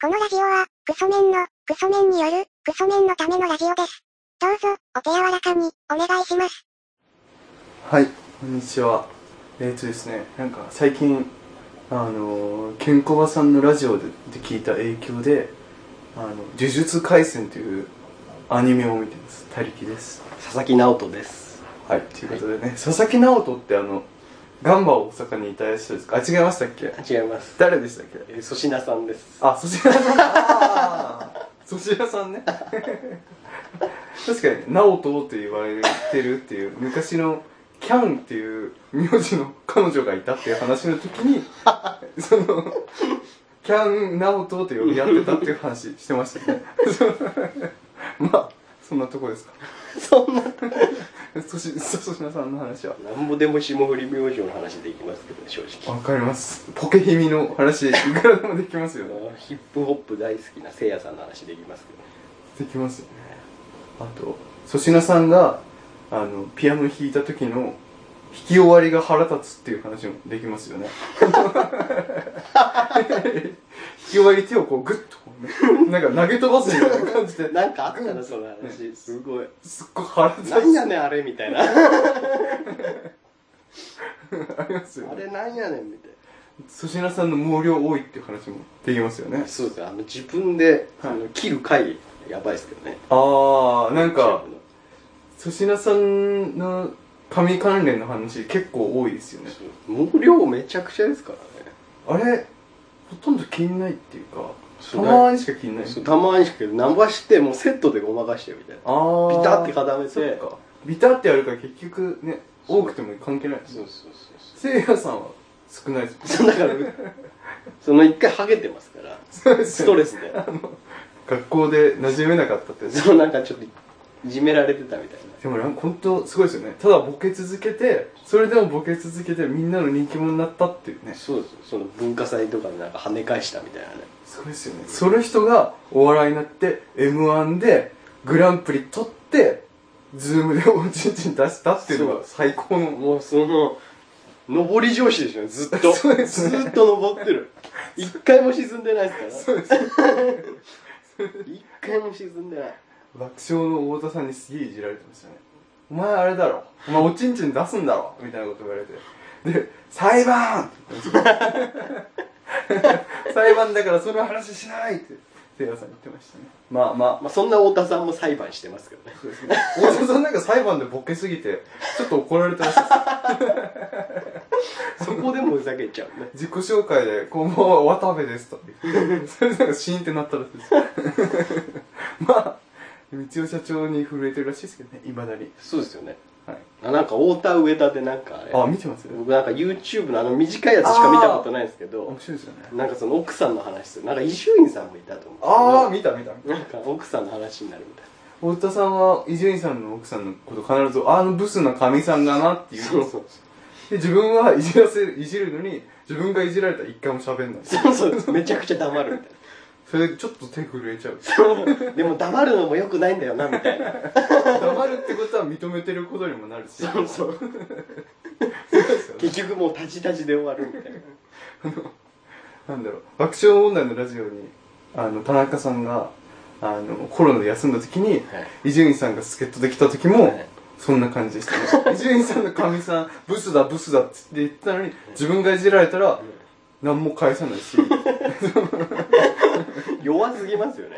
このラジオは、クソメンの、クソメンによる、クソメンのためのラジオです。どうぞ、お手柔らかに、お願いします。はい、こんにちは。えっ、ー、とですね、なんか最近、あのー、ケンコバさんのラジオでで聞いた影響で、あの、呪術廻戦というアニメを見てます。他力です。佐々木直人ですはい、ということでね、佐々木直人ってあの、ガンバ大阪にいた人ですかあ、違いましたっけ違います誰でしたっけえー粗品さんですあ、粗品さんあー。粗品さんね。確かに、直人って言われてるっていう、昔のキャンっていう名字の彼女がいたっていう話の時に、その、キャン直人って呼び合ってたっていう話してましたね。そうまあ、そんなとこですか。そんな粗品粗品さんの話は。なんぼでも霜降り明星の話できますけどね正直わかります。ポケヒミの話、いくらでもできますよね。あーヒップホップ大好きなせいやさんの話できますけどねできますよねあと粗品さんがあのピアノ弾いた時の弾き終わりが腹立つっていう話もできますよね弾き終わり手をこうグッとこうねなんか投げ飛ばすみたいな感じでなんかあったなその話すごいすっごい腹立つなんやねんあれみたいな あありますよねれなんやねんみたいな粗品さんの毛量多いっていう話もできますよねそうですねあの自分で、はいあの切る回やばいですけどねああなんか YouTube の粗品さんの髪関連の話結構多いですよねそう毛量めちゃくちゃですからねあれほとんど気にないっていうかたそうまーにしか気にないそうたまにしか伸ばしてもうセットでごまかしてるみたいなあービタって固めてそっかビタってやるから結局ねそう多くても関係ないですそうそうそうそうせいやさんは少ないです そうだから、その一回ハゲてますから、ストレスで。学校で馴染めなかったって そう、なんかちょっと、いじめられてたみたいでもなんか本当すごいですよねただボケ続けてそれでもボケ続けてみんなの人気者になったっていうねな。そうですその文化祭とかでなんか跳ね返したみたいなね。すごいですよねその人がお笑いになって m 1でグランプリ取ってズームでおちんちん出したっていうのが最高のもうその、上り上司ですよね、ずっと。そうですねずっと上って る。一回も沈んでないですから。一回も沈んでない。爆笑の太田さんにすげえいじられてましたね「お前あれだろお前おちんちん出すんだろ」みたいなこと言われてで「裁判!」って言ったんですよ裁判だからその話しないってせいやさん言ってましたねまあまあまあそんな太田さんも裁判してますけど ね。そうですね太田さんなんか裁判でボケすぎてちょっと怒られたらしいですそこでもふざけちゃうね。自己紹介で「こんばんは渡部です」とか言ってそれでなんかシーンってなったらしいです まあ道夫社長に震えてるらしいですけどねいまだにそうですよね。はいあなんか太田上田でなんかあれあ見てます面僕なんか YouTube のあの短いやつしか見たことないんですけど白いですよねなんかその奥さんの話するなんか伊集院さんもいたと思ああうんで見た見た見すたけどなんか奥さんの話になるみたい太田さんは伊集院さんの奥さんのこと必ずあのブスなかみさんだなっていなうそうそうで自分はいじらせるいじるのに自分がいじられたら一回も喋んないそうそうめちゃくちゃ黙るみたいそれでちょっと手震えちゃうなでも黙るのもよくないんだよなみたいな黙るってことは認めてることにもなるしそうそでうすよね結局もうタジタジで終わるみたいななんだろう爆笑問題のラジオにあの田中さんがあのコロナで休んだ時にはい伊集院さんが助っ人できた時も、はいそんな感じでした ね伊集院さんのかみさんブスだブスだって言ってたのに自分がいじられたら何も返さないし弱すぎますよね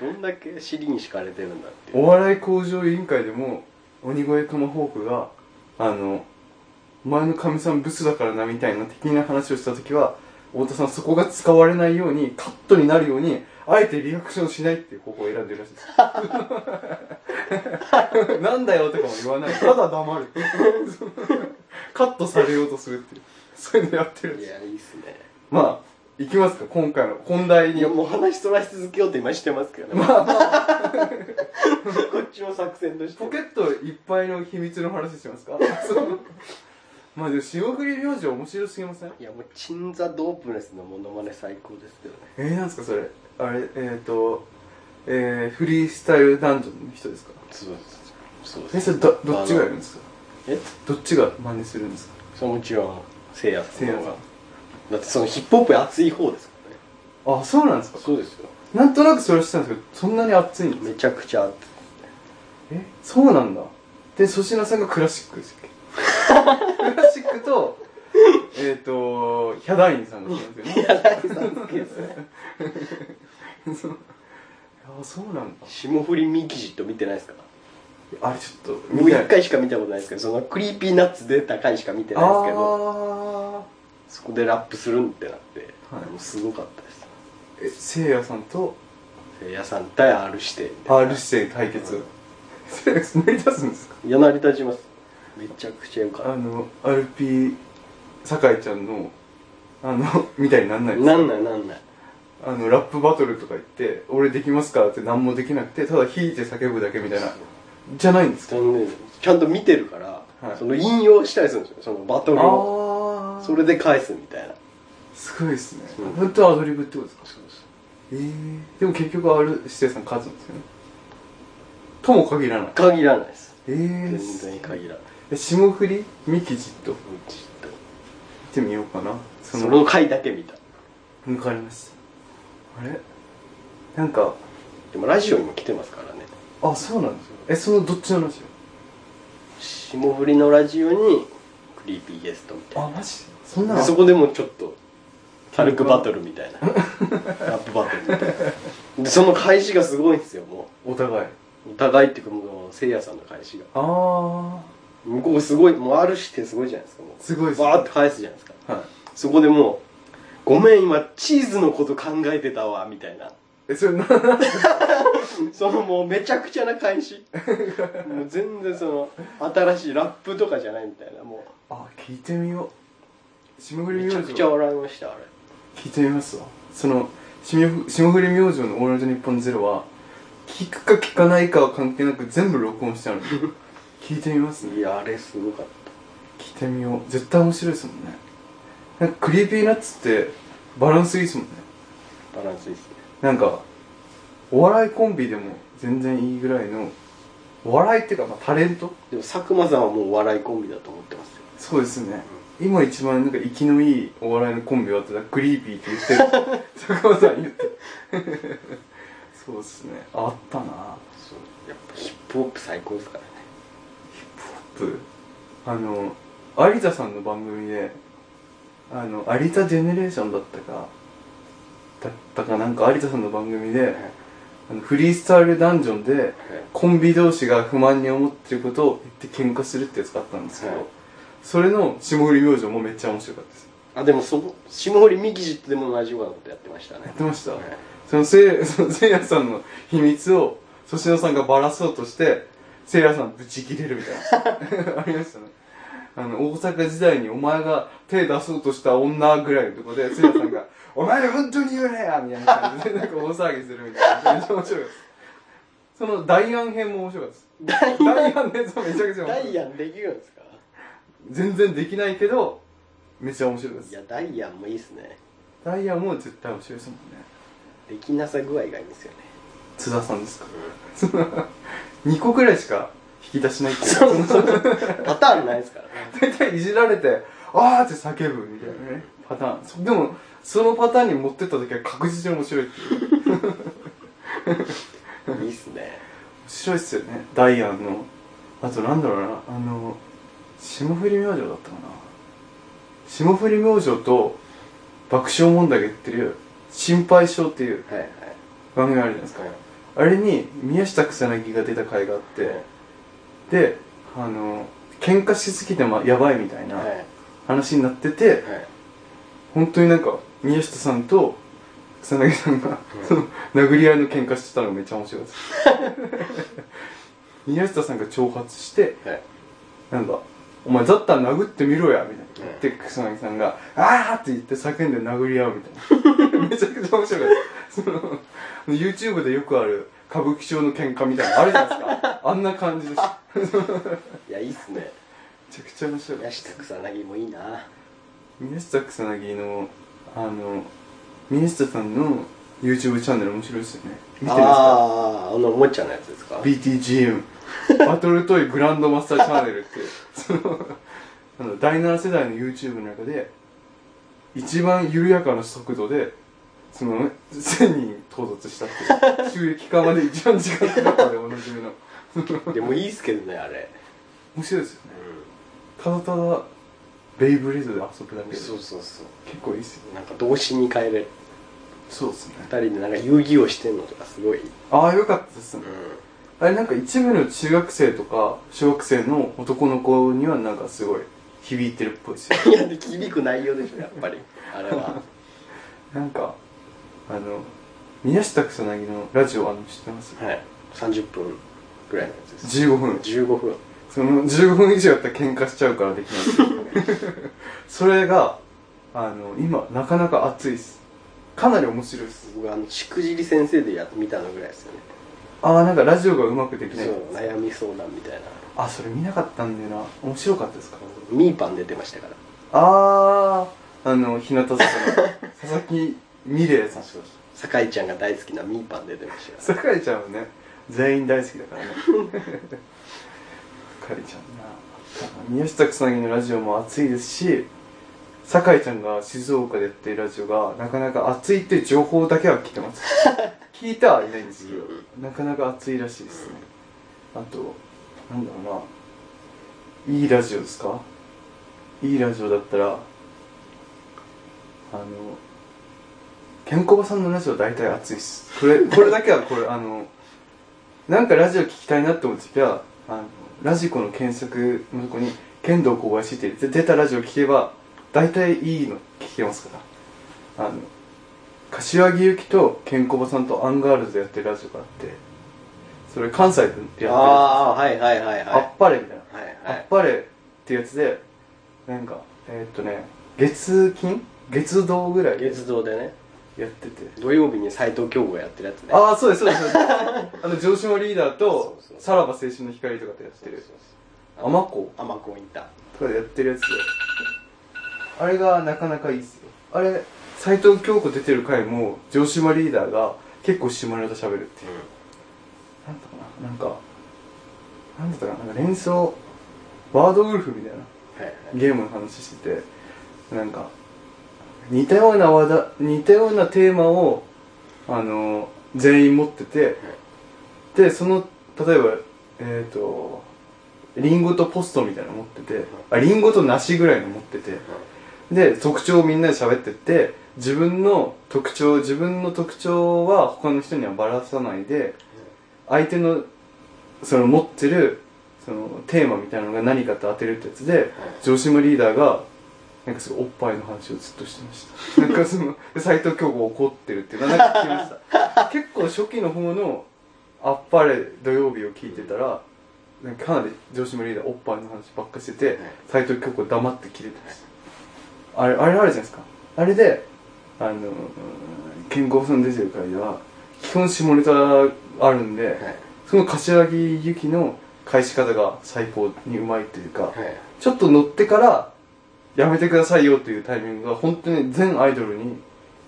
どんだけ尻に敷かれてるんだっていうお笑い向上委員会でも鬼越トマホークがあのお前のかみさんブスだからなみたいな的な話をした時は太田さんそこが使われないようにカットになるようにあえてリアクションしないっていう方法を選んでるらしい ですなんだよとかも言わないただ黙るカットされようとするっていうそういうのやってるいやいいっすねまあ、行きますか、今回の本題いにや。もう話そらし続けようって今してますけどね、こっちの作戦としてポケットいっぱいの秘密の話しますかそう まあでも、霜降り明星面白すぎませんいやもうチンザドープネスのモノマネ最高ですけどねえー、なんですか、それ。あれ、えーと、えー、フリースタイルダンジョンの人ですかそうそうえ、それど、どっちがやるんですかえどっちが真似するんですかそれもちろんせいやさせんいのや方さがん。だってそのヒップホップ熱い方ですからねあそうなんですかそうですよなんとなくそれはしてたんですけどそんなに熱いんですめちゃくちゃ熱いえそうなんだで粗品さんがクラシックです っけクラシックとえっ、とヒャダインさんがそうですよねや大好きですねあそうなんだ霜降りミキジット見てないですかあれちょっともう一たい回しか見たことないですけどそのクリーピーナッツ出た回しか見てないですけどあそこでラップするんってなって、はいもうすごかったですーえせいやさんとせいやさん対 R してみたいな R 姿勢対決せいやさん成り立つんですかいや成り立ちますめちゃくちゃよかあっの RP 酒井ちゃんのあのみたいになんなたいですかなんないなんないあのラップバトルとか言って「俺できますか?」って何もできなくてただ弾いて叫ぶだけみたいなじゃないんですかそのねちゃんと見てるから、はいその引用したりするんですよそのバトルをあそれで返すみたいなすごいですねうん本当アドリブってことですかそうですええでも結局 R 指定さん勝つんですよねとも限らない限らないですえ全え然限らないえ霜降りミキジット行ミキジットってみようかなそその回だけ見た向かりましたあれなんかでもラジオにも来てますからねあそうなんですよえそのどっちの話よ霜降りのラジオにクリーピーゲストみたいあマジそんななのでそこでもちょっと軽くバトルみたいなラップバトルみたいなでその返しがすごいんですよもお互いうお互いっていうかもうせいやさんの返しがああ向こうすごいもう R してすごいじゃないですかもうすごいですねバーって返すじゃないですかはいそこでもう「ごめん今チーズのこと考えてたわ」みたいなえそれなそのもうめちゃくちゃな返 しもう全然その新しいラップとかじゃないみたいなもあ聞いてみよう霜降うり明めちゃ星くちゃ笑いましたあれ聞いてみますわその霜降霜降り明星の「オールナイトニッポンゼロは聞くか聞かないかは関係なく全部録音してある聞いてみますねいやあれすごかった聞いてみよう絶対面白いですもんねなんかクリーピーナッツってバランスいいですもんねバランスいいっすねなんかお笑いコンビでも全然いいぐらいのお笑いっていうか、まあ、タレントでも佐久間さんはもうお笑いコンビだと思ってますよそうですね、今一番なんか生きのいいお笑いのコンビはって言ったらクリーピーって言ってる坂本さん言って そうですねあったなそうやっぱヒップホップ最高ですからねポップあの有田さんの番組であの有田ジェネレーションだったかだったかなんか有田さんの番組であのフリースタイルダンジョンでコンビ同士が不満に思ってることを言って喧嘩するってやつがあったんですけど、はいそれの霜降り明星もめっちゃ面白かったですあでもそこ霜降りミキジットでも同じようなことやってましたねやってました、はいそのせいそのせいやさんの秘密を粗品さんがばらそうとしてせいやさんぶち切れるみたいな ありましたねあの大阪時代にお前が手出そうとした女ぐらいのとこでせいやさんが「お前本当に言うなや!」みたいな感じでなんか大騒ぎするみたいなめっちゃ面白いですその大安編も面白かったです大安編そうめちゃくちゃ面ダ白イいアンできるんですか全然できないけどめっちゃ面白いでいすやダイアンもいいですねダイヤも絶対面白いですもんねできなさ具合がいいんですよね津田さんですか2 個くらいしか引き出しないっていうパターンないですからね大体いじられてあーって叫ぶみたいなねパターンそでもそのパターンに持ってった時は確実に面白いっていう面 いいっすね白いっすよねダイアンのあとなんだろうなあの霜降り明星だったかな霜降り明星と爆笑問題が言ってる心配性っていうはいはい番組あるじゃないですかあれに宮下草薙が出た回があって、はいであの喧嘩しすぎてまやばいみたいなはい話になってて、はい本当になんか宮下さんと草薙さんが、その殴り合いの喧嘩してたのがめっちゃ面白いです 宮下さんが挑発してはいなんか「お前だったら殴ってみろや」みたいな言って草薙さんが「あー!」って言って叫んで殴り合うみたいなめちゃくちゃ面白かったその YouTube でよくある歌舞伎町の喧嘩みたいなのあるじゃないですかあんな感じですめいやいいっすねちゃくちゃ面白かっ宮た下草薙もいいな宮下草薙のあの宮下さんの YouTube チャンネル面白いですよね見てるんですかあああのおもちゃのやつですか BTGM バトルトイグランドマスターチャンネルって そのあの第7世代の YouTube の中で一番緩やかな速度でその1000人到達したって いう収益化まで一番時間かかったでおなじみのでもいいっすけどねあれ、面白いですよねただただベイブレードで遊ぶだけで結そうそうそ構いいですよねうなんか童心に帰れるそうですね二人でなんか遊戯をしてんのとかすごい、ああよかったですねうあれなんか一部の中学生とか小学生の男の子にはなんかすごい響いてるっぽいですよん、いやで響く内容でしょやっぱりあれはなんかあの宮下草薙のラジオあの知ってますはい30分ぐらいのやつです15分15分その15分以上やったら喧嘩しちゃうからできない それがあの今なかなか熱いっすかなり面白いっす僕あのしくじり先生でや見たのぐらいですよねああなんかラジオがうまくできないそう悩み相談みたいなあそれ見なかったんだよな面白かったですかミーパン出てましたからあああの日向 坂の佐々木美玲さん酒井ちゃんが大好きなミーパン出てましたよ酒井ちゃんはね全員大好きだからね 酒井ちゃんな宮下草薙のラジオも熱いですし酒井ちゃんが静岡でやってるラジオがなかなか熱いっていう情報だけは聞いてます聞いてはいないんですけどなかなか熱いらしいですねあとなんだろうないいラジオですかいいラジオだったらあのケンコバさんのラジオ大体熱いっすこ れこれだけはこれあのなんかラジオ聞きたいなって思う時はあのラジコの検索のとこに「剣道小林」って入れて出たラジオ聞けば大体いいの聞けますからあの柏木由紀とケンコバさんとアンガールズやってるラジオがあってそれ関西でやってるああーはいはいはいあはっぱれみたいな、いはいあはっいぱれってやつでなんかえーっとね月金月堂ぐらいで月堂でねやってて土曜日に斎藤京吾がやってるやつねああそうですそうですそうで すあの城島リーダーとそうそうさらば青春の光とかでやってるそう天子あまこインターとかでやってるやつであれがなかなかいいっすよあれ斎藤京子出てる回も城島リーダーが結構下ネタ喋るっていうなんだかななんかなんだったかななんか連想ワードウルフみたいなはいはいゲームの話しててなんか似たような話題似たようなテーマをあの全員持っててでその例えばえっ、とリンゴとポストみたいなの持っててあリンゴと梨ぐらいの持っててで特徴をみんなで喋ってって自分の特徴自分の特徴は他の人にはばらさないで相手のその持ってるそのテーマみたいなのが何かって当てるってやつで城島リーダーがなんかすごいおっぱいの話をずっとしてましたなんかその斎藤京子怒ってるっていうのはなんか聞きました結構初期の方の「あっぱれ土曜日」を聞いてたらなんかかなり城島リーダーおっぱいの話ばっかしてて斎藤京子黙って切れてましたあれあれあるじゃないですかあれであの健康さん出てる回では基本下ネタあるんで、はいその柏木由紀の返し方が最高にうまいというか、はいちょっと乗ってからやめてくださいよというタイミングが本当に全アイドルに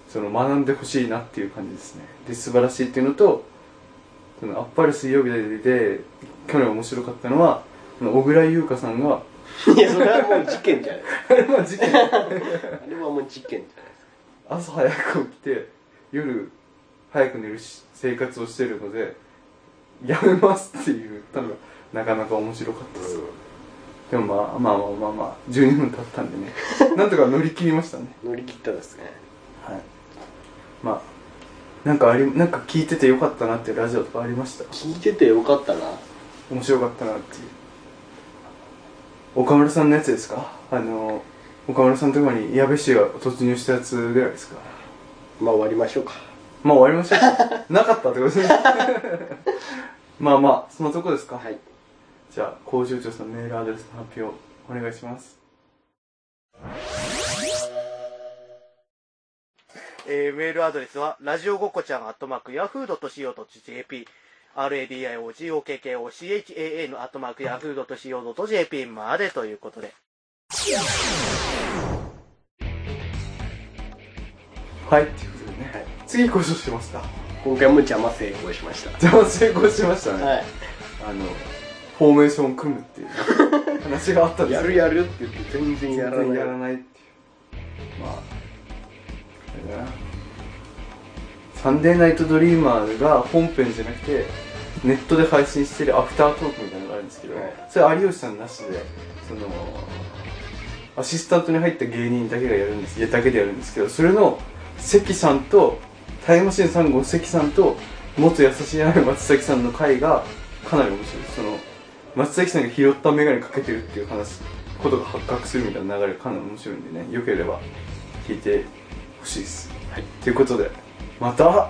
その学んでほしいなっていう感じですねで素晴らしいっていうのとその「あっぱれ水曜日で」で去年面白かったのはその小倉優香さんが いやそれはもう事件じゃないですあれまあ事件かあれはもう事件じゃないですか朝早く起きて夜早く寝るし生活をしてるのでやめますって言ったのがなかなか面白かったです、でもまあまあまあまあまあ12分経ったんでねなんとか乗り切りましたね乗り切ったですねはい。まあ、なんかあり、なんか聞いててよかったなっていうラジオとかありました。聞いててよかったな面白かったなっていう。岡村さんのやつですかあの、岡村さんのところに矢部氏が突入したやつぐらいですかまあ終わりましょうかまあ終わりましょ う。なかったってことですね。まあまあ、そのとこですか。はいじゃあ、工場長さんのメールアドレスの発表、お願いします。えーメールアドレスは、ラジオごっこちゃん、アットマーク、ヤフー .co.jp、radiogokochaa のアットマーク、ヤフー .co.jp までということで。はい、っていうことでね。はい次、工場してますか今回も邪魔成功しましたじゃあ、成功しましたね。はあの、フォーメーション組むっていう話があったんいですやけどるやるって言って全然全やら然ないやらないっていう。まあ、あれだな。サンデーナイトドリーマーが本編じゃなくて、ネットで配信してるアフタートークみたいなのがあるんですけど、はいそれ有吉さんなしで、その、アシスタントに入った芸人だけがやるんです、いや、だけでやるんですけど、それの、関さんと、タイムマシーン3号関さんと、元優しい愛の松崎さんの回が、かなり面白いです。その、松崎さんが拾ったメガネかけてるっていう話、ことが発覚するみたいな流れがかなり面白いんでね、よければ、聞いてほしいです。はい。ということで、また